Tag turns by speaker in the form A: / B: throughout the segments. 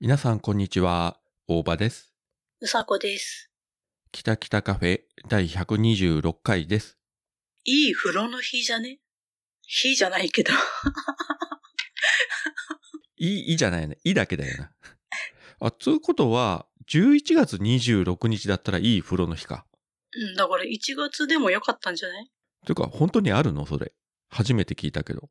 A: 皆さん、こんにちは。大場です。
B: うさこです。
A: 北北カフェ第126回です。
B: いい風呂の日じゃね日じゃないけど。
A: いい、いいじゃないね。いいだけだ よな。あ、つうことは、11月26日だったらいい風呂の日か。
B: うん、だから1月でもよかったんじゃない
A: てか、本当にあるのそれ。初めて聞いたけど。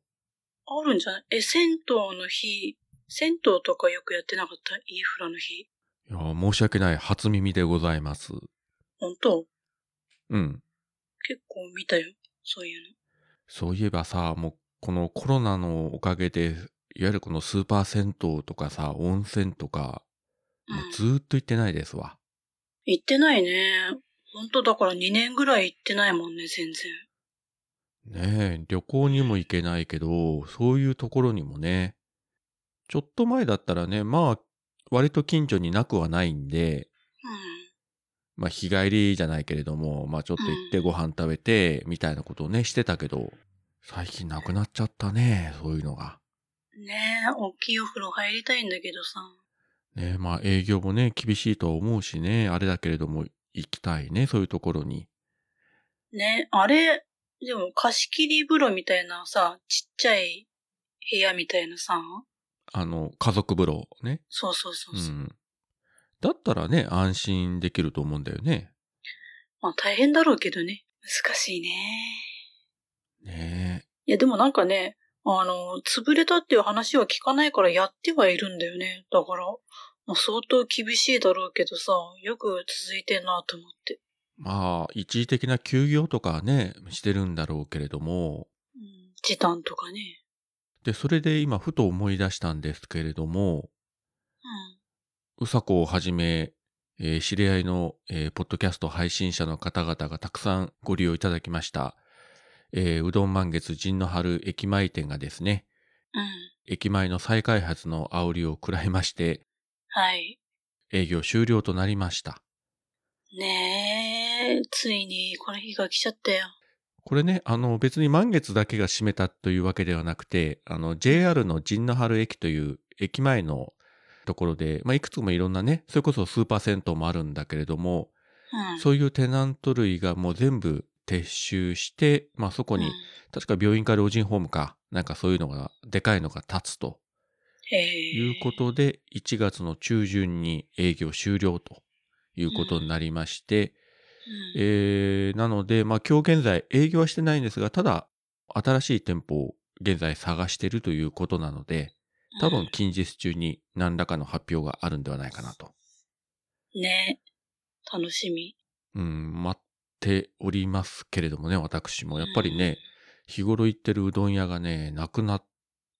B: あるんじゃないえ、銭湯の日、銭湯とかよくやってなかったいい風呂の日。
A: いや、申し訳ない。初耳でございます。
B: 本当
A: うん。
B: 結構見たよ。そういう
A: そういえばさ、もう、このコロナのおかげで、いわゆるこのスーパー銭湯とかさ、温泉とか、
B: の。
A: も
B: うん
A: うず。ーっと行ってないですわ。
B: 行ってないね。本当だから2年ぐらい行ってないもんね、全然。
A: ねえ、旅行にも行けないけど、そういうところにもね、ちょっと前だったらね、まあ、割と近所になくはないんで、まあ、日帰りじゃないけれども、まあ、ちょっと行ってご飯食べて、みたいなことをね、してたけど、最近なくなっちゃったね、そういうのが。
B: うん。ねえ、大きいお風呂入りたいんだけどさ。
A: ねえ、まあ、営業もね、厳しいとは思うしね、あれだけれども、行きたいね、そういうところに。
B: ね、あれ、でも貸し切り風呂みたいなさ、ちっちゃい部屋みたいなさ。
A: あの、家族風呂ね。
B: そうそうそう
A: う
B: そう、
A: ん。だったらね、安心できると思うんだよね。
B: まあ大変だろうけどね。難しいね。
A: ね
B: いやでもなんかね、あの、潰れたっていう話は聞かないからやってはいるんだよね。だから、まあ、相当厳しいだろうけどさ、よく続いてんなと思って。
A: え。まあ、一時的な休業とかはね、してるんだろうけれども、
B: うん、時短とかね。
A: で、それで今、ふと思い出したんですけれども、うさこをはじめ、えー知り合いの、えーポッドキャスト配信者の方々がたくさんご利用いただきました。えーうどん満月陣の春駅前店がですね、
B: うん。うん。
A: 駅前の再開発の煽りを食らいまして、
B: はい。
A: 営業終了となりました。
B: ねえ、ついにこの日が来ちゃったよ。
A: これね、あの別に満月だけが閉めたというわけではなくて、あの JR の陣の春駅という駅前のところで、まあいくつもいろんなね、それこそスーパー銭湯もあるんだけれども、
B: うん。
A: そういうテナント類がもう全部撤収して、まあそこ
B: うん
A: に、確か病院か老人ホームか、なんかそういうのが、でかいのが立つと
B: へえ
A: いうことで、1月の中旬に営業終了ということになりまして、
B: うん
A: えーなので、まあ、今日現在営業はしてないんですが、ただ、新しい店舗を現在探しているということなので、多分近日中に何らかの発表があるんではないかなと。
B: ねえ。楽しみ。
A: うん、待っておりますけれどもね、私も。やっぱりね、日頃行ってるうどん屋がね、なくな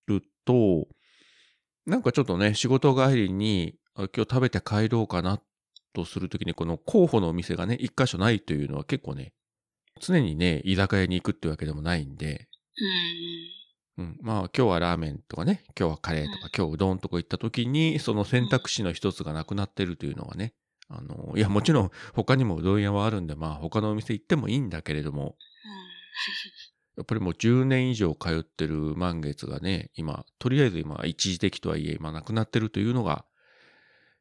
A: ると、なんかちょっとね、仕事帰りに、あ今日食べて帰ろうかなとするときに、この候補のお店がね、一箇所ないというのは結構ね、常にね、居酒屋に行くってわけでもないんで、
B: うんうん。
A: うん、まあ今日はラーメンとかね、今日はカレーとか、今日うどんとか行った時に、その選択肢の一つがなくなってるというのはね、あの、いやもちろん他にもうどん屋はあるんで、まあ他のお店行ってもいいんだけれども、
B: うん
A: やっぱりもう10年以上通ってる満月がね、今、とりあえず今、一時的とはいえ、今なくなってるというのが、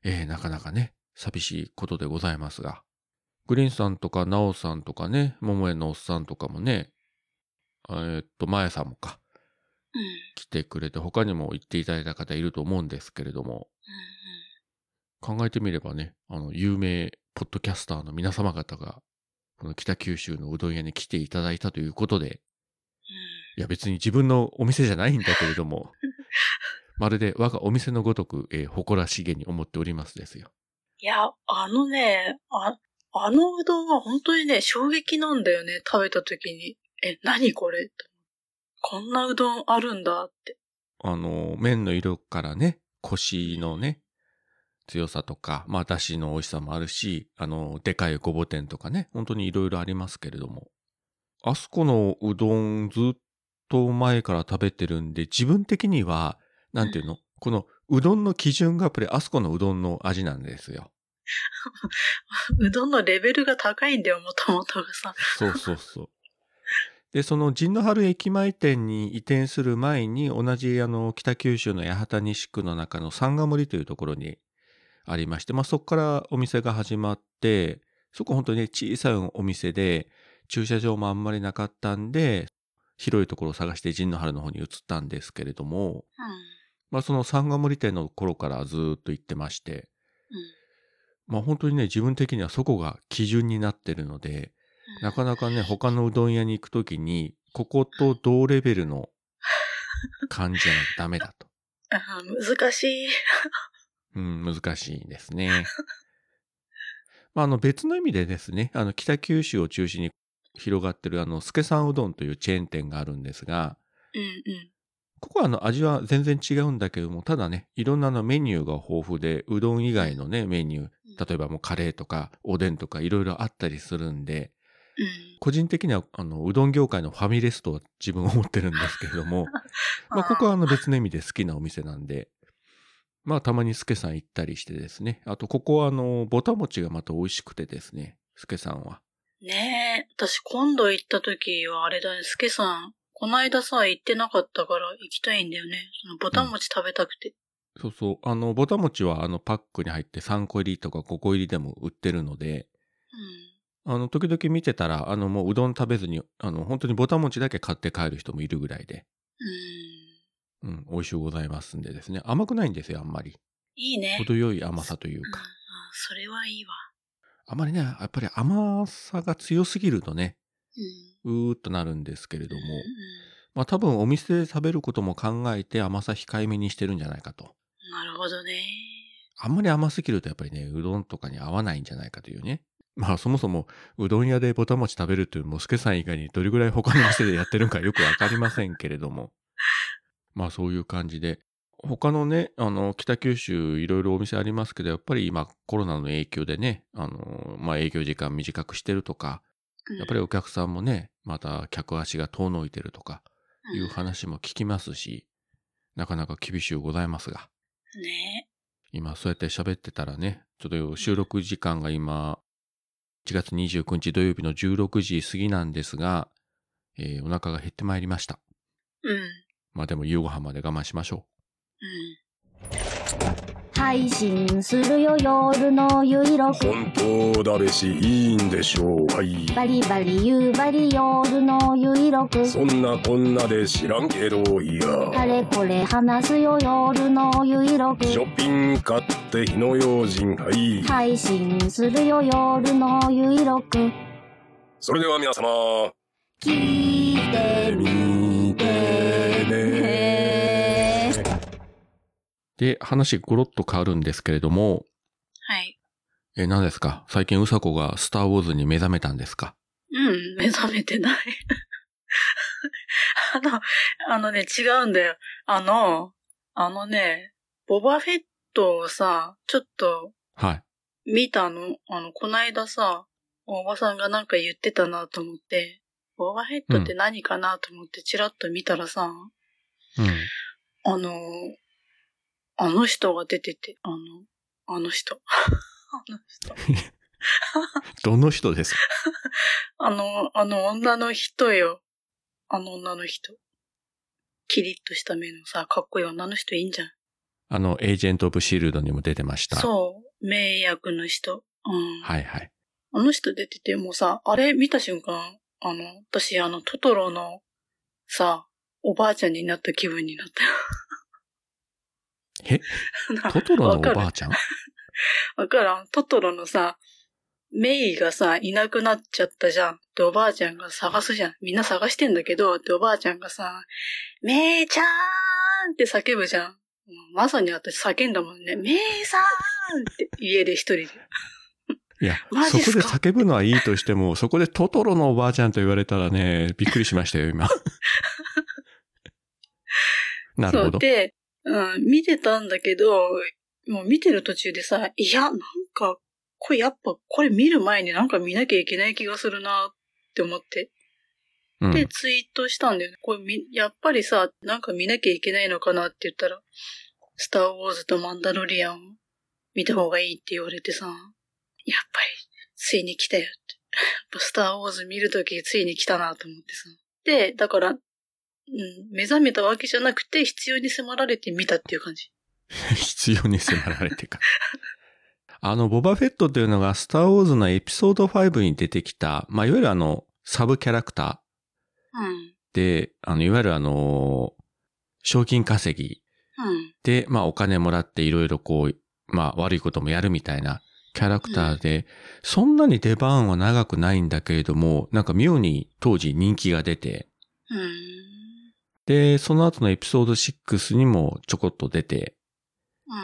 A: えー、なかなかね、寂しいことでございますが。グリーンさんとか、ナオさんとかね、モモエのおっさんとかもね、えーっと、マヤさんもか、
B: うんうん
A: 来てくれて、他にも行っていただいた方いると思うんですけれども、考えてみればね、あの、有名ポッドキャスターの皆様方が、この北九州のうどん屋に来ていただいたということで、いや別に自分のお店じゃないんだけれども、まるで我がお店のごとく、えー誇らしげに思っておりますですよ。
B: いや、あのね、あ、あのうどんは本当にね、衝撃なんだよね、食べた時に。え、何これこんなうどんあるんだって。
A: あのー、麺の色からね、コシのね、強さとか、まあ、だしの美味しさもあるし、あのー、でかいごぼ天とかね、本当にいろいろありますけれども。あそこのうどんずっと前から食べてるんで、自分的には、なんていうのこのうどんの基準がやっぱりあそこのうどんの味なんですよ。
B: うどんのレベルが高いんだよ、もともとがさ。
A: そうそうそう。で、その陣の春駅前店に移転する前に、同じあの北九州の八幡西区の中の三ヶ森というところにありまして、まあ、そこからお店が始まって、そこ本当にね、小さいお店で、駐車場もあんまりなかったんで、広いところを探して陣の春の方に移ったんですけれども、
B: うん
A: まあ、その三ヶ森店の頃からずっと行ってまして、うん、まあ、本当にね、自分的にはそこが基準になってるので、なかなかね、他のうどん屋に行くときに、ここと同レベルの感じじゃなきゃダメだと。
B: あ難しい。
A: うん、難しいですね。まあ、あの別の意味でですね、あの北九州を中心に広がってるあの、助さんうどんというチェーン店があるんですが、
B: うんうん。
A: ここはあの味は全然違うんだけども、ただね、いろんなのメニューが豊富で、うどん以外のね、メニュー、例えばもうカレーとかおでんとかいろいろあったりするんで、
B: うん、
A: 個人的にはあのうどん業界のファミレスとは自分思ってるんですけれどもまあ、ここはあの別の意味で好きなお店なんで、まあ、たまにすけさん行ったりしてですねあとここはあのぼた餅がまた美味しくてですねすけさんは。
B: ねえ私今度行った時はあれだねすけさんこないださ行ってなかったから行きたいんだよねそのぼた餅食べたくて。
A: うん、そうそう。あの、ぼた餅は、あの、パックに入って3個入りとか5個入りでも売ってるので、
B: うん
A: あの、時々見てたら、あの、もううどん食べずに、あの、本当にぼた餅だけ買って帰る人もいるぐらいで。、
B: うん。うん
A: 美味しゅうございますんでですね。甘くないんですよ、あんまり。
B: いいね。
A: 程よい甘さというか。うん、
B: それはいいわ。
A: あまりね、やっぱり甘さが強すぎるとね、、
B: うん
A: うーっとなるんですけれども、うんうん、まあ多分お店で食べることも考えて甘さ控えめにしてるんじゃないかと。
B: なるほどね。
A: あんまり甘すぎるとやっぱりね、うどんとかに合わないんじゃないかというね。 まあそもそもうどん屋でぼたもち食べるというもすけさん以外にどれぐらい他の店でやってるのかよくわかりませんけれども まあそういう感じで他のねあの北九州いろいろお店ありますけどやっぱり今コロナの影響でねあのまあ営業時間短くしてるとかやっぱりお客さんもねまた客足が遠のいてるとかいう話も聞きますし、なかなか厳しゅうございますが
B: ね
A: 今そうやって喋ってたらねちょっと収録時間が今1月29日土曜日の16時過ぎなんですが、えー、お腹が減ってまいりました。
B: うん。
A: まあでも夕ご飯まで我慢しましょ
B: う。
C: うん。配信するよ夜のゆいろく。
D: 本当だべしいいんでしょう。はい。
C: バリバリ夕張夜のゆいろく。
D: そんなこんなで知らんけどいや。
C: あれこれ話すよ夜のゆいろく。
D: ショッピング買って火の用心はい。
C: 配信するよ夜のゆいろく。
D: それでは皆様。
C: 聞いてみてね。
A: で、話ごろっと変わるんですけれども。
B: はい。
A: え、何ですか最近うさこがスターウォーズに目覚めたんですか
B: うん、 目覚めてない。あの、あのね、違うんだよ。あの、あのね、ボバフェットをさ、ちょっと、。
A: はい
B: 見たの、あの、こないださ、おばさんがなんか言ってたなと思って、ボバヘッドって何かなと思ってチラッと見たら
A: う
B: さ、
A: ん、
B: あの、あの人が出てて、あの、あの人。あの人。
A: どの人ですか
B: あの、あの女の人よ。あの女の人。キリッとした目のさ、かっこいい女の人いいんじゃん。
A: あの、エージェント・オブ・シールドにも出てました。
B: そう。名役の人。うん。
A: はいはい。
B: あの人出てて、もうさ、あれ見た瞬間、あの、私、あの、トトロの、さ、おばあちゃんになった気分になったよ。
A: えトトロのおばあちゃん
B: わからん。トトロのさ、メイがさ、いなくなっちゃったじゃん。で、おばあちゃんが探すじゃん。みんな探してんだけど、で、おばあちゃんがさ、メイちゃーんって叫ぶじゃん。まさに私叫んだもんね。メイさーんって家で一人で。
A: いや、そこで叫ぶのはいいとしても、 そこでトトロのおばあちゃんと言われたらね、びっくりしましたよ、 今。なるほど。
B: で、うん、見てたんだけど、もう見てる途中でさ、いや、なんか、これやっぱ、これ見る前になんか見なきゃいけない気がするなって思って。
A: うん、
B: で、ツイートしたんだよね。これみ、やっぱりさ、なんか見なきゃいけないのかなって言ったら、スターウォーズとマンダロリアン見た方がいいって言われてさ。やっぱり、ついに来たよって。スターウォーズ見るときついに来たなと思ってさ。て、だから、うん、目覚めたわけじゃなくて、必要に迫られて見たっていう感じ。
A: 必要に迫られてか。あの、ボバフェットというのが、スター・ウォーズのエピソード5に出てきた、まあ、いわゆるあの、サブキャラクタ
B: うん。
A: ーで、あの、いわゆるあの、賞金稼ぎ
B: うん。
A: で、まあ、お金もらっていろいろこう、まあ、悪いこともやるみたいなキャラクターで、そんなに出番は長くないんだけれども、なんか妙に当時人気が出て、
B: うん。
A: で、その後のエピソード6にもちょこっと出て、
B: うん。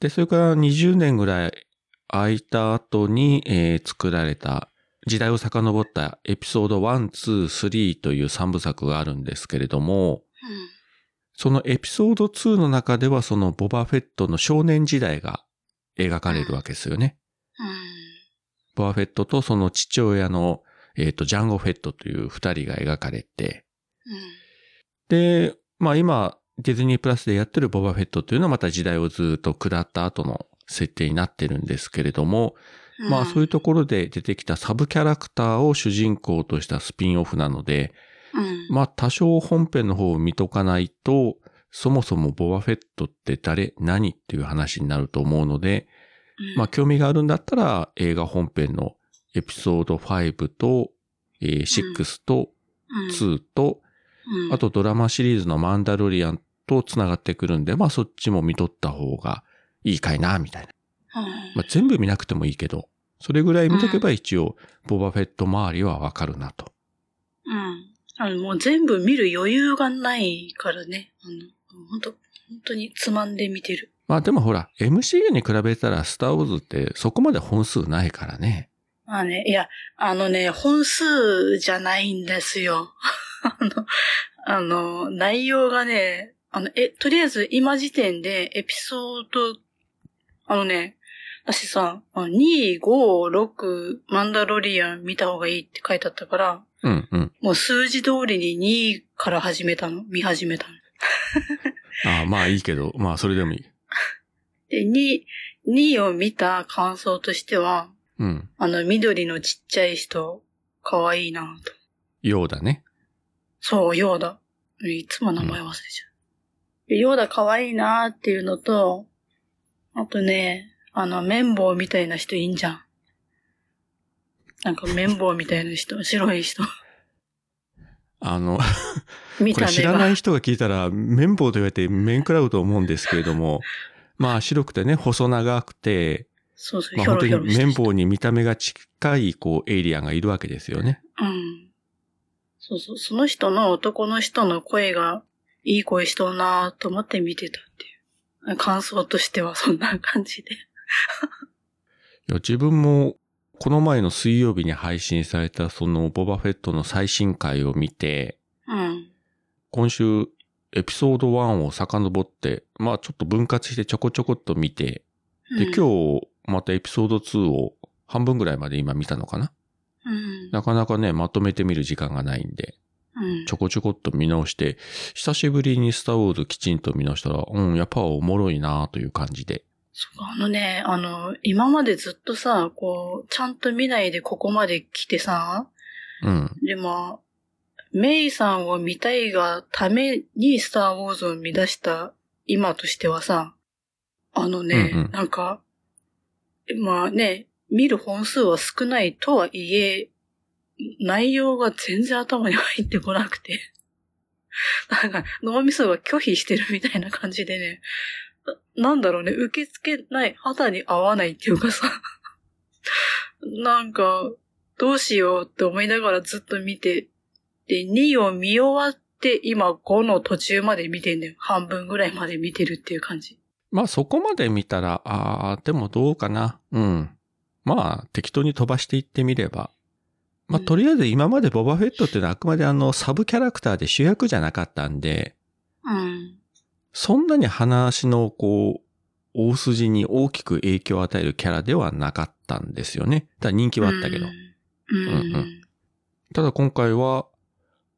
A: で、それから20年ぐらい空いた後に、えー作られた、時代を遡ったエピソード1、2、3という3部作があるんですけれども、
B: うん。
A: そのエピソード2の中ではそのボバフェットの少年時代が描かれるわけですよね。
B: うん。
A: ボバフェットとその父親の、えっ、と、ジャンゴフェットという二人が描かれて、
B: うん。
A: で、まあ今、ディズニープラスでやってるボバフェットというのはまた時代をずっと下った後の設定になってるんですけれども、まあそういうところで出てきたサブキャラクターを主人公としたスピンオフなので、
B: うん。
A: まあ多少本編の方を見とかないと、そもそもボバフェットって誰何っていう話になると思うので、まあ興味があるんだったら映画本編のエピソード5と、えー6と
B: うん、
A: 2と、
B: うん
A: あ、とドラマシリーズのマンダロリアンと繋がってくるんで、まあそっちも見とった方がいいかいな、みたいな。
B: うん
A: まあ、全部見なくてもいいけど、それぐらい見とけば一応、ボバフェット周りはわかるなと。
B: うん。あの、もう全部見る余裕がないからね。あの、本当本当につまんで見てる。
A: まあでもほら、MCU に比べたらスターウォーズってそこまで本数ないからね。
B: まあね、いや、あのね、本数じゃないんですよ。 あの、あの、内容がね、あの、え、とりあえず今時点でエピソード、あのね、私さ、あの2、5、6、マンダロリアン見た方がいいって書いてあったから、
A: うんうん。
B: もう数字通りに2から始めたの、見始めたの。
A: ああまあいいけど、まあそれでもいい。
B: で、2、2を見た感想としては、
A: うん。
B: あの、緑のちっちゃい人、可愛いなと。
A: ようだね。
B: そう、ヨーダ。いつも名前忘れちゃう。ヨーダ可愛いなっていうのと、あとね、あの、綿棒みたいな人いいんじゃん。なんか綿棒みたいな人、白い人。
A: あの、
B: 見
A: こ
B: た
A: れ
B: 目
A: 知らな
B: が。
A: い人が聞いたら、綿棒と言われて面食らうと思うんですけれど も、まあ白くてね、細長くて、
B: そうそう、
A: まあ
B: ひょ
A: 本
B: ろ
A: 当
B: ひょ
A: に
B: ろしてる
A: 綿
B: 人。
A: 棒に見た目が近い、こう、エイリアンがいるわけですよね。
B: うん。そうそう、その人の男の人の声がいい声しとうなと思って見てたっていう。感想としてはそんな感じで。
A: いや、自分も、この前の水曜日に配信された、その、ボバフェットの最新回を見て、
B: うん。
A: 今週、エピソード1を遡って、まあちょっと分割してちょこちょこっと見て、で、
B: う
A: 今
B: ん、
A: 日、またエピソード2を半分ぐらいまで今見たのかな
B: うん。
A: なかなかね、まとめて見る時間がないんで、
B: うん
A: ちょこちょこっと見直して、久しぶりにスターウォーズきちんと見直したら、うん、やっぱおもろいなという感じで。
B: そうかあのね、あの、今までずっとさ、こう、ちゃんと見ないでここまで来てさ、
A: うん。
B: でも、メイさんを見たいがためにスターウォーズを見出した今としてはさ、あのね、
A: うんうん
B: なんか、まあね、見る本数は少ないとはいえ、内容が全然頭に入ってこなくて。 なんか、脳みそが拒否してるみたいな感じでね、ななんだろうね、受け付けない、肌に合わないっていうかさ、なんか、どうしようって思いながらずっと見て、で、2を見終わって、今5の途中まで見てんだよ。半分ぐらいまで見てるっていう感じ。
A: まあそこまで見たら、ああ、でもどうかな。うん。まあ適当に飛ばしていってみれば。まあ
B: うん
A: とりあえず今までボバフェットっていうのはあくまであのサブキャラクターで主役じゃなかったんで、
B: うん。
A: そんなに話のこう、大筋に大きく影響を与えるキャラではなかったんですよね。ただ人気はあったけどう
B: う。ん。
A: んう
B: うんん。
A: ただ今回は、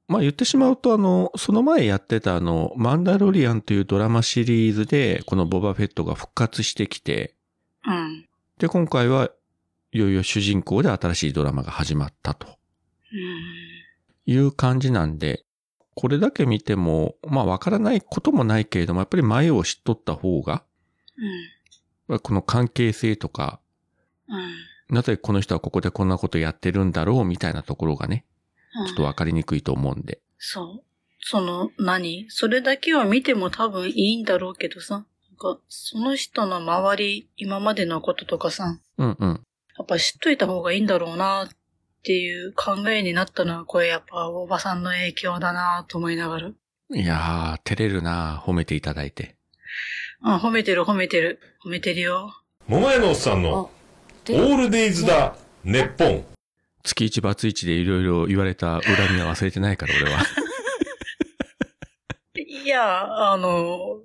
A: まあ言ってしまうとあの、その前やってたあの、マンダロリアンというドラマシリーズで、このボバフェットが復活してきて、
B: うん。
A: で、今回はいよいよ主人公で新しいドラマが始まったという感じなんで、これだけ見ても、まあわからないこともないけれども、やっぱり前を知っとった方が、この関係性とか、
B: うん。うん。
A: なぜこの人はここでこんなことやってるんだろうみたいなところがね、
B: うん
A: ちょっとわかりにくいと思うんで。
B: そう。その、何それだけは見ても多分いいんだろうけどさ。なんか、その人の周り、今までのこととかさ、
A: うんうん。
B: やっぱ知っといた方がいいんだろうなっていう考えになったのは、これやっぱおばさんの影響だなと思いながら。
A: いやー、照れるなー褒めていただいて。
B: あ、褒めてる褒めてる。褒めてるよ。
E: 桃屋のおっさんの、オールデイズだ、ネッポン。
A: 月一バツ一でいろいろ言われた恨みは忘れてないから、 俺は。
B: いや、あの、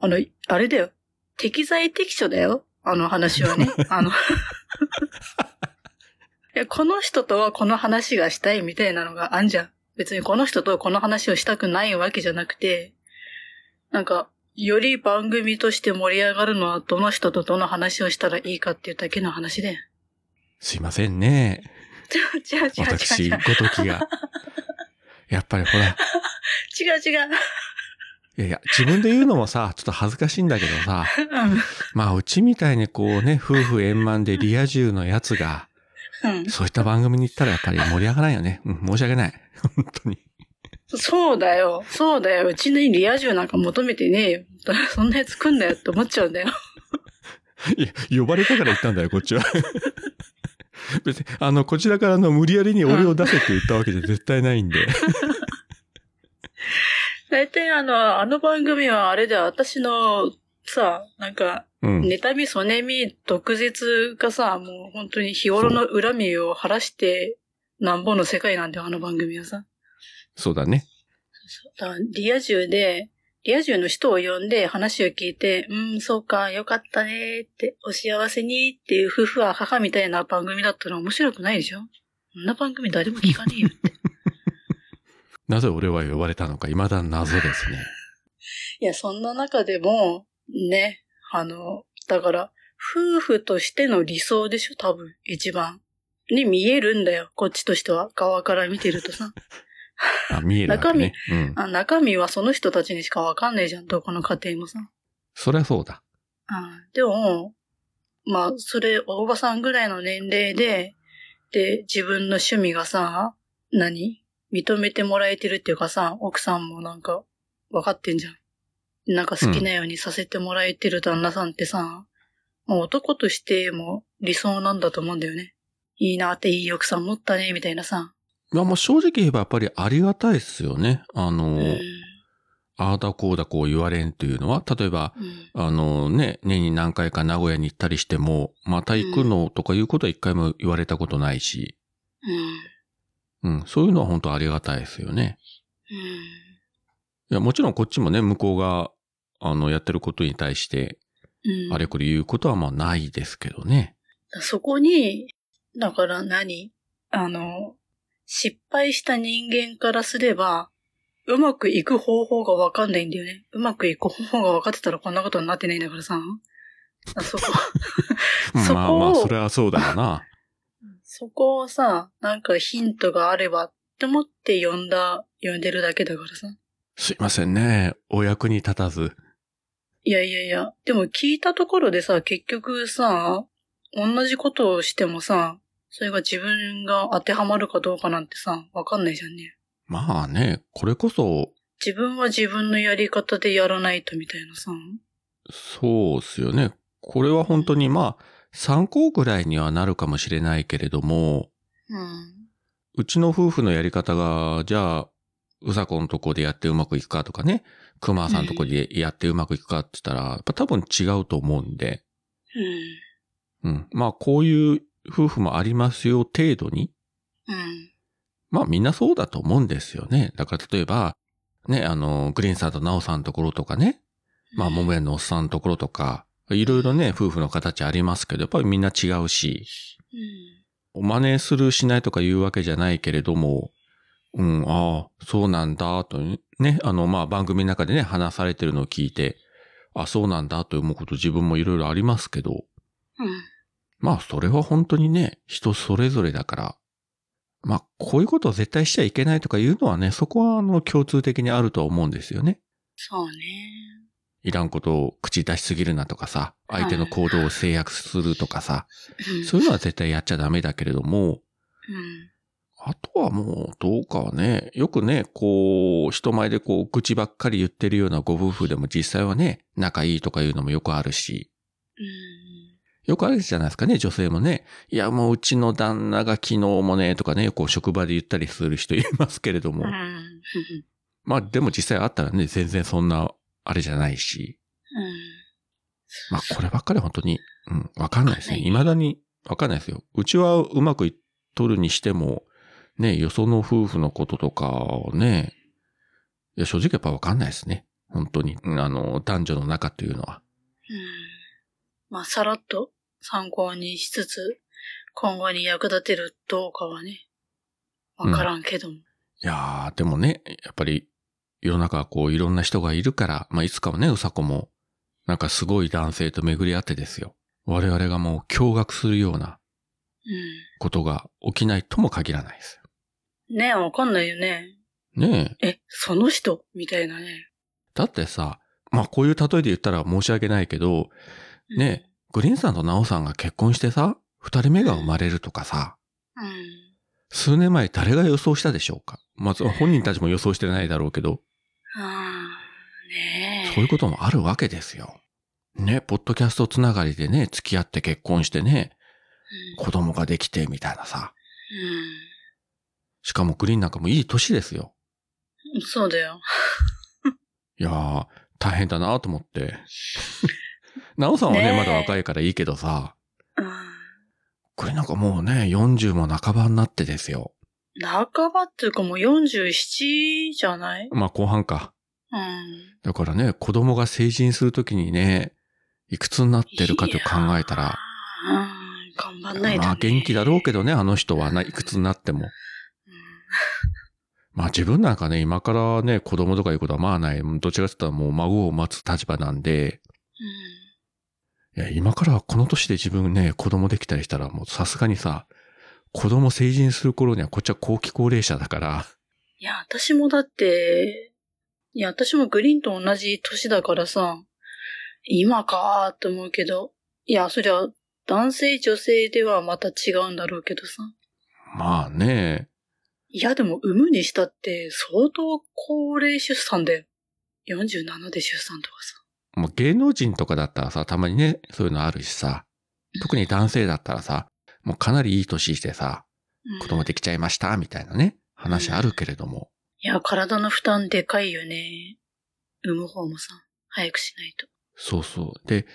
B: あの、あれだよ。適材適所だよ。あの話はね。あの、い や、この人とはこの話がしたいみたいなのがあんじゃん。別にこの人とはこの話をしたくないわけじゃなくて、なんか、より番組として盛り上がるのはどの人とどの話をしたらいいかっていうだけの話で。
A: すいませんね。
B: 違う違う違う違う
A: 私、
B: 違。
A: ごときが。やっぱりほら、いう
B: 違う違う。
A: やいや、自分で言うのもさ、 ちょっと恥ずかしいんだけどさ、
B: う
A: まあ、うちみたいにこうね、夫婦円満でリア充のやつが、
B: ん。うん。
A: そういった番組に行ったらやっぱり盛り上がらないよね。うん、申し訳ない。本当に。
B: そうだよ。そうだよ。うちにリア充なんか求めてねえよ。 そんなやつ来んだよって思っちゃうんだよ。
A: いや、呼ばれたから行ったんだよ、こっちは。 別に、あの、こちらからの無理やりに俺を出せって言ったわけじゃ絶対ないんで。
B: 大体あの、あの番組はあれだよ。私の、さ、なんか、
A: うん。
B: 妬み、そねみ、毒舌がさ、もう本当に日頃の恨みを晴らして、なんぼの世界なんだよ、あの番組はさ。
A: そうだね。
B: だからリア充で、リア充の人を呼んで話を聞いて、うん、そうか、よかったねって、お幸せにっていう夫婦は母みたいな番組だったら面白くないでしょそんな番組誰も聞かねえよ。
A: なぜ俺は呼ばれたのか、未だ謎ですね。
B: いや、そんな中でも、ね、あの、だから、夫婦としての理想でしょ、多分、一番。に見えるんだよ、こっちとしては。側から見てるとさ。
A: あ、見えるわけね。うん。
B: あ中身はその人たちにしかわかんないじゃん、どこの家庭もさ。
A: そりゃそうだ。
B: うんでも、まあ、それ、おばさんぐらいの年齢で、で、自分の趣味がさ、何認めてもらえてるっていうかさ、奥さんもなんか、分かってんじゃん。なんか好きなようにさせてもらえてる旦那さんってさ、もう男としても理想なんだと思うんだよね。いいなって、いい奥さん持ったね、みたいなさ。
A: まあもう正直言えばやっぱりありがたいっすよね。あ
B: う
A: の、
B: ん。うん。
A: ああだこうだこう言われんというのは、例えば、あのね、年に何回か名古屋に行ったりしても、また行くのとかいうことは一回も言われたことないし、
B: うん。
A: うん、そういうのは本当ありがたいですよね。
B: うん。
A: いや、もちろんこっちもね、向こうが、あの、やってることに対して、
B: うん。
A: あれこれ言うことはまあないですけどね。
B: そこに、だから何あの、失敗した人間からすれば、うまくいく方法がわかんないんだよね。うまくいく方法が分かってたらこんなことになってないんだからさ。あそこ、そこを
A: まあまあ、それはそうだよな。
B: そこをさ、なんかヒントがあればって思って呼んだ、呼んでるだけだからさ。
A: すいませんね。お役に立たず。
B: いやいやいや、でも聞いたところでさ、結局さ、同じことをしてもさ、それが自分が当てはまるかどうかなんてさ、わかんないじゃんね。
A: まあね、これこそ、
B: 自分は自分のやり方でやらないとみたいなさ。
A: そうっすよね。これは本当にまあ、参考ぐらいにはなるかもしれないけれども、
B: うん。
A: うちの夫婦のやり方が、じゃあ、うさこのとこでやってうまくいくかとかね、くまさんのとこでやってうまくいくかって言ったら、やっぱ多分違うと思うんで、
B: うん。
A: うん。まあ、こういう夫婦もありますよ程度に、
B: うん。
A: まあみんなそうだと思うんですよね。だから例えば、ね、あの、グリーンさんとナオさんのところとかね、まあ、桃屋のおっさんのところとか、いろいろね、夫婦の形ありますけど、やっぱりみんな違うし、
B: うん。
A: 真似するしないとか言うわけじゃないけれども、うん、ああ、そうなんだ、とね、あの、まあ、番組の中でね、話されてるのを聞いて、あ、そうなんだ、と思うこと自分もいろいろありますけど、
B: うん。
A: まあ、それは本当にね、人それぞれだから、まあ、こういうことを絶対しちゃいけないとかいうのはね、そこはあの共通的にあるとは思うんですよね。
B: そうね。
A: いらんことを口出しすぎるなとかさ、相手の行動を制約するとかさ、
B: うん
A: そういうのは絶対やっちゃダメだけれども、
B: うん。
A: あとはもうどうかはね、よくね、こう、人前でこう、愚痴ばっかり言ってるようなご夫婦でも実際はね、仲いいとかいうのもよくあるし、
B: うん。
A: よくあるじゃないですかね、女性もね。いや、もううちの旦那が昨日もね、とかね、こう職場で言ったりする人いますけれども。
B: うん。うん
A: まあでも実際あったらね、全然そんな、あれじゃないし。
B: うん。
A: まあこればっかり本当に、うん、わかんないですね。
B: はい
A: 未だにわかんないですよ。うちはうまくいっとるにしても、ね、よその夫婦のこととかをね、いや正直やっぱわかんないですね。本当に。うんあの、男女の仲というのは。
B: うん。まあ、さらっと参考にしつつ、今後に役立てるどうかはね、わからんけども。
A: いやー、でもね、やっぱり世の中はこういろんな人がいるから、まあいつかはね、うさこも、なんかすごい男性と巡り合ってですよ。我々がもう驚愕するような
B: う
A: ことが起きないとも限らないです
B: ん。ねえ、わかんないよね。
A: よ。ねえ。
B: え、その人みたいなね。
A: だってさ、まあこういう例えで言ったら申し訳ないけど、ねえ、グリーンさんとナオさんが結婚してさ、二人目が生まれるとかさ、
B: うん。
A: 数年前誰が予想したでしょうかまず本人たちも予想してないだろうけど、
B: ああ、ねえ。
A: そういうこともあるわけですよ。ね、ポッドキャストつながりでね、付き合って結婚してね、子供ができてみたいなさ。しかもグリーンなんかもいい年ですよ。
B: うん。うん。そうだよ。
A: いやー、大変だなと思って。なおさんはね、
B: ねえ
A: まだ若いからいいけどさ、
B: うん。
A: グリーンなんかもうね、40も半ばになってですよ。
B: 半ばっていうかもう47じゃない
A: まあ後半か。
B: うん。
A: だからね、子供が成人するときにね、いくつになってるかと考えたら、
B: うん。頑張んないと、ね。
A: まあ元気だろうけどね、あの人はな、いくつになっても。まあ自分なんかね、今からね、子供とかいうことはまあない。どっちかって言ったらもう孫を待つ立場なんで、いや、今からこの年で自分ね、子供できたりしたらもうさすがにさ、子供成人する頃にはこっちは後期高齢者だから、
B: いや、私もだって、いや、私もグリーンと同じ年だからさ、今かーって思うけど、いや、そりゃ、男性女性ではまた違うんだろうけどさ。
A: まあね、
B: いや、でも産むにしたって相当高齢出産だよ。47で出産とかさ。
A: まあ芸能人とかだったらさ、たまにね、そういうのあるしさ、特に男性だったらさ、もうかなりいい年してさ、
B: うん
A: 子供できちゃいました、みたいなね、話あるけれども、
B: いや、体の負担でかいよね。産む方もさ、早くしないと。
A: そうそう。で、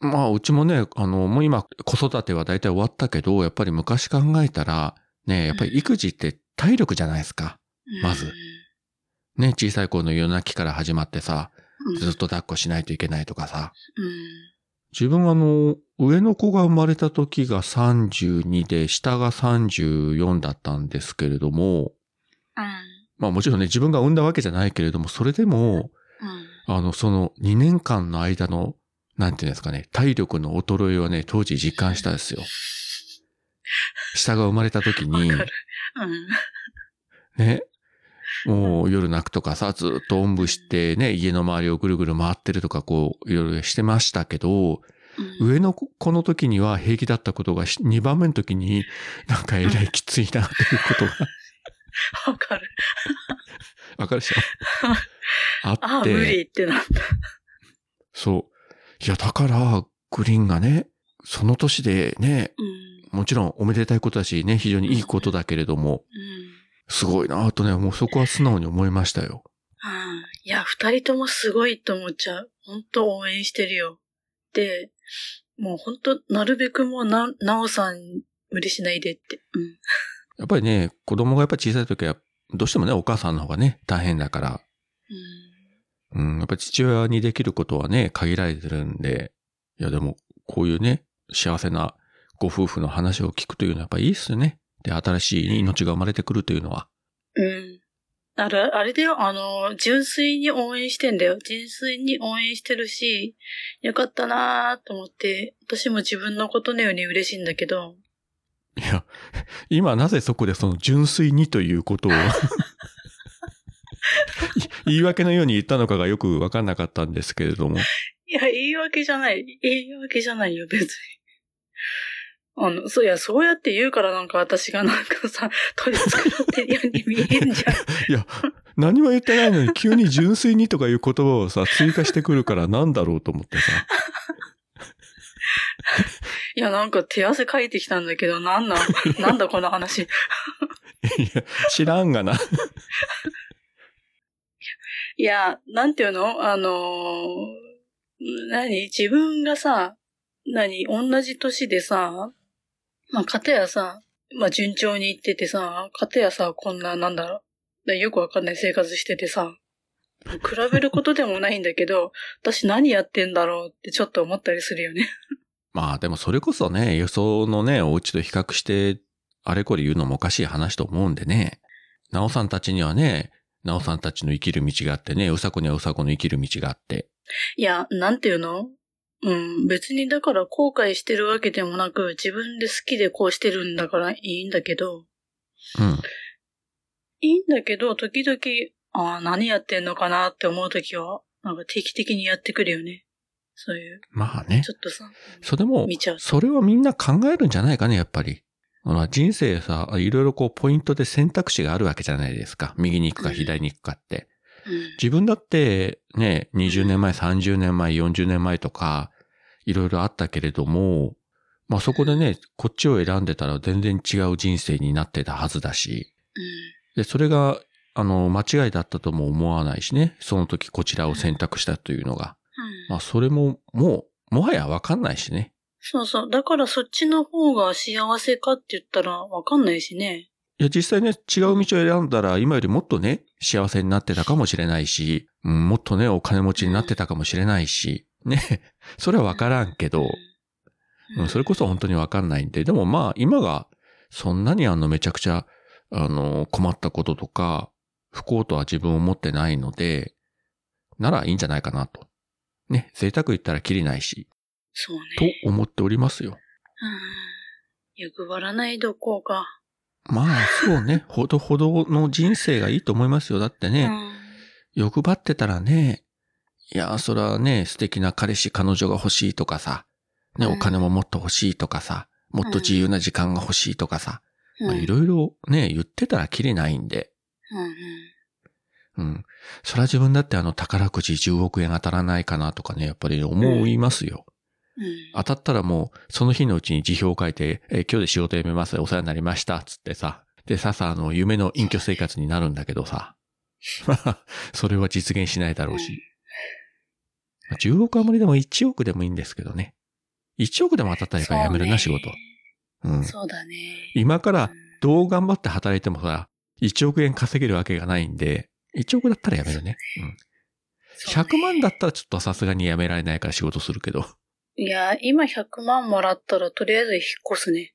A: まあ、うちもね、あの、もう今、子育ては大体終わったけど、やっぱり昔考えたら、ね、やっぱり育児って体力じゃないですか。
B: うん
A: まずね、小さい頃の夜泣きから始まってさ、
B: うん
A: ずっと抱っこしないといけないとかさ。
B: うん。
A: 自分はあの、上の子が生まれた時が32で、下が34だったんですけれども、
B: う
A: まあもちろんね、自分が産んだわけじゃないけれども、それでも、
B: ん。うん。
A: あの、その2年間の間の、なんていうんですかね、体力の衰えをね、当時実感したんです よ。下が生まれた時に
B: わ、かるうん。
A: ね、もう夜泣くとかさ、ずっとおんぶしてね、家の周りをぐるぐる回ってるとか、こう、いろいろしてましたけど、
B: うん
A: 上の子子の時には平気だったことが、2番目の時になんかえらいきついなっていうこと が、
B: わかる。
A: わかるでしょあ
B: あ
A: っ
B: あ、
A: て。
B: 無理ってなった。
A: そう。いや、だから、グリーンがね、その年でね、
B: うん。
A: もちろんおめでたいことだしね、非常にいいことだけれども、
B: うん。
A: すごいなぁとね、もうそこは素直に思いましたよ。
B: うんいや、二人ともすごいと思っちゃう。本当応援してるよ。で、もう本当なるべくもうな、なおさん無理しないでって。うん。
A: やっぱりね、子供がやっぱ小さい時は、どうしてもね、お母さんの方がね、大変だから、うん、やっぱり父親にできることはね、限られてるんで、いや、でも、こういうね、幸せなご夫婦の話を聞くというのはやっぱいいっすね。で、新しい命が生まれてくるというのは。
B: うん。うん。あれ、あれだよ、あの、純粋に応援してんだよ。純粋に応援してるし、よかったなーと思って、私も自分のことのように嬉しいんだけど、
A: いや、 今なぜそこでその純粋にということを い言い訳のように言ったのかがよくわかんなかったんですけれども。
B: いや、言い訳じゃない。言い訳じゃないよ、別に。あの、そういや、そうやって言うからなんか私がなんかさ、取り繕ってるように見えんじゃん。
A: いや、何も言ってないのに急に純粋にとかいう言葉をさ、追加してくるからなんだろうと思ってさ。
B: いや、なんか手汗かいてきたんだけど、なんなん、なんだこの話。
A: いや、知らんがな。
B: いや、なんていうのあのー何自分がさ、何同じ年でさ、まあ、かたやさ、まあ、順調にいっててさ、かたやさ、こんな、なんだろう、よくわかんない生活しててさ、比べることでもないんだけど、私何やってんだろうってちょっと思ったりするよね。
A: まあでもそれこそね、予想のね、お家と比較して、あれこれ言うのもおかしい話と思うんでね。なおさんたちにはね、なおさんたちの生きる道があってね、うさこにはうさこの生きる道があって。
B: いや、なんていうのうん、別にだから後悔してるわけでもなく、自分で好きでこうしてるんだからいいんだけど、
A: うん。
B: いいんだけど、時々、ああ、何やってんのかなって思うときは、なんか定期的にやってくるよね。そういう、
A: まあね
B: ち。ょっとさ。
A: それも
B: 見ちゃう、
A: それはみんな考えるんじゃないかね、やっぱり。ほら、人生さ、いろいろこう、ポイントで選択肢があるわけじゃないですか。右に行くか
B: うん
A: 左に行くかって。
B: うん
A: 自分だって、ね、20年前、30年前、40年前とか、いろいろあったけれども、まあそこでね、こっちを選んでたら全然違う人生になってたはずだし、で、それが、あの、間違いだったとも思わないしね、その時こちらを選択したというのが。
B: うん。う
A: ま
B: ん。
A: あそれも、もう、もはやわかんないしね。
B: そうそう。だからそっちの方が幸せかって言ったらわかんないしね。
A: いや、実際ね、違う道を選んだら、今よりもっとね、幸せになってたかもしれないし、うんもっとね、お金持ちになってたかもしれないし、ね、それはわからんけど、
B: う。
A: うんんそれこそ本当にわかんないんで、でもまあ、今が、そんなにあの、めちゃくちゃ、あの、困ったこととか、不幸とは自分を持ってないので、ならいいんじゃないかなと。ね、贅沢言ったらきりないし、
B: そうね。
A: と思っておりますよ。
B: うん。欲張らないどこうか。
A: まあ、そう ね、ほどほどの人生がいいと思いますよ。だって
B: う
A: ね、
B: ん。
A: 欲張ってたらね、いやー、そらね、素敵な彼氏、彼女が欲しいとかさ、ね、
B: うん
A: お金ももっと欲しいとかさ、もっと自由な時間が欲しいとかさ、
B: うん。
A: まあいろいろね、言ってたらきりないんで、
B: うんうん。
A: うん。そら自分だってあの宝くじ10億円当たらないかなとかね、やっぱり思いますよ。
B: うん。
A: 当たったらもう、その日のうちに辞表を書いて、えー今日で仕事辞めます、お世話になりました、つってさ。で、ささ、あの、夢の隠居生活になるんだけどさ。 それは実現しないだろうし。まあ10億は無理でも1億でもいいんですけどね。1億でも当たったらいいからやめるな、仕
B: そうね
A: 事。うん。
B: そうだね。
A: 今か
B: う
A: ら
B: ん、
A: どう頑張って働いてもさ、1億円稼げるわけがないんで、1億だったらやめるね。うん。
B: そうね
A: 100万だったらちょっとさすがにやめられないから仕事するけど。
B: いや、今100万もらったら、とりあえず引っ越すね。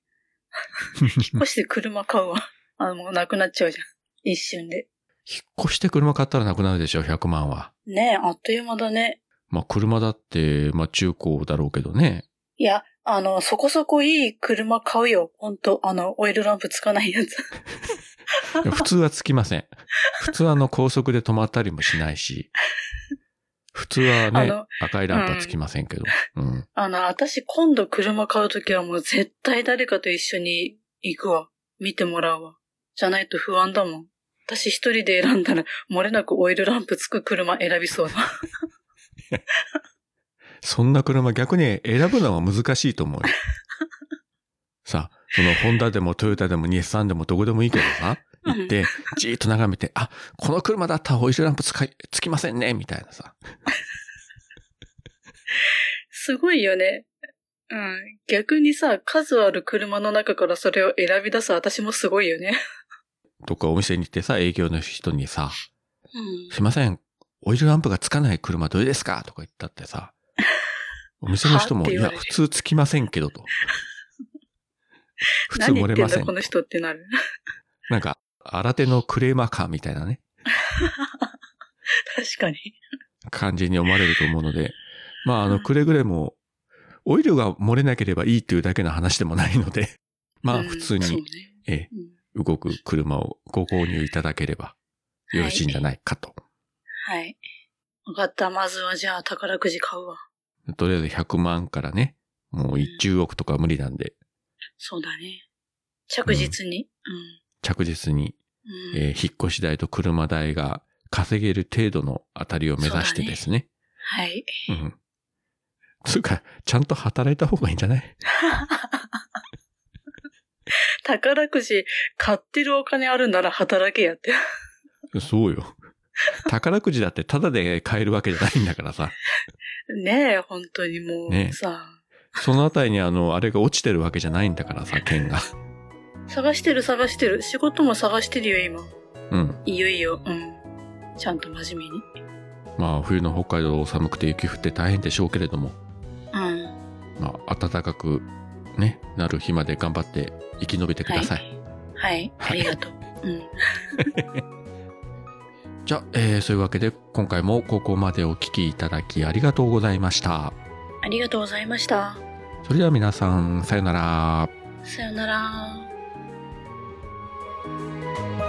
B: 引っ越して車買うわ。 あ、もうなくなっちゃうじゃん。一瞬で。
A: 引っ越して車買ったらなくなるでしょ、100万は。
B: ねえ、あっという間だね。
A: まあ、車だって、まあ、中古だろうけど ね。
B: いや、あの、そこそこいい車買うよ。ほんと、あの、オイルランプつかないやつ。
A: いや普通はつきません。普通はあの、高速で止まったりもしないし。普通は
B: あ
A: ね
B: の、
A: 赤いランプはつきませんけど。うん。
B: あの、私今度車買うときはもう絶対誰かと一緒に行くわ。見てもらうわ。じゃないと不安だもん。私一人で選んだら、漏れなくオイルランプつく車選びそうだ。
A: そんな車逆に選ぶのは難しいと思 うよ。さあ、そのホンダでもトヨタでも日産でもどこでもいいけどさ、
B: うん
A: 行って、じーっと眺めて、あ、この車だったらオイルランプつかいつきませんね、みたいなさ。
B: すごいよね。うん。逆にさ、数ある車の中からそれを選び出す私もすごいよね。
A: とかお店に行ってさ、営業の人にさ、
B: うん。
A: すいません、オイルランプがつかない車どれですかとか言ったってさ、お店の人
B: はっ
A: も、
B: て
A: い
B: 言わ
A: や、
B: れる
A: 普通つきませんけど と。普通漏
B: 何言っ
A: れ
B: てん
A: ませ
B: だ
A: ん
B: こ。の人ってなる。
A: なんか、新手のクレーマーカーみたいなね。
B: 確かに。
A: 感じに思われると思うの で、まあ、あ
B: う
A: の、
B: ん
A: くれぐれも、オイルが漏れなければいいっていうだけの話でもないので、ま
B: う
A: あ
B: ん
A: 普通
B: そうね
A: に、え
B: うん
A: え、動く車をご購入いただければよろしいんじゃないかと。
B: はい。わかった。まずはじゃあ宝くじ買うわ。
A: とりあえず100万からね、もう10億とか無理なんで、
B: そうだね。着実に。
A: 着実に、
B: うん。うん。
A: えー引っ越し代と車代が稼げる程度のあたりを目指してですね。
B: はい。
A: うん。つうか、ちゃんと働いた方がいいんじゃない
B: 宝くじ買ってるお金あるなら働けやって。
A: そうよ。宝くじだってタダで買えるわけじゃないんだからさ。
B: ねえ、本当にもう、
A: ねえ
B: さ、
A: そのあたりにあの、あれが落ちてるわけじゃないんだからさ、剣が。
B: 探してる探してる。仕事も探してるよ、今。
A: うん。
B: いよいよ、うん。ちゃんと真面目に。
A: まあ、冬の北海道寒くて雪降って大変でしょうけれども、
B: うん。
A: まあ、暖かく、ね、なる日まで頑張って生き延びてください。
B: はい。ありがとう。うん。
A: じゃあ、えーそういうわけで今回もここまでお聞きいただきありがとうございました。
B: ありがとうございました。
A: それでは皆さん、さよなら。
B: さよなら。
C: 「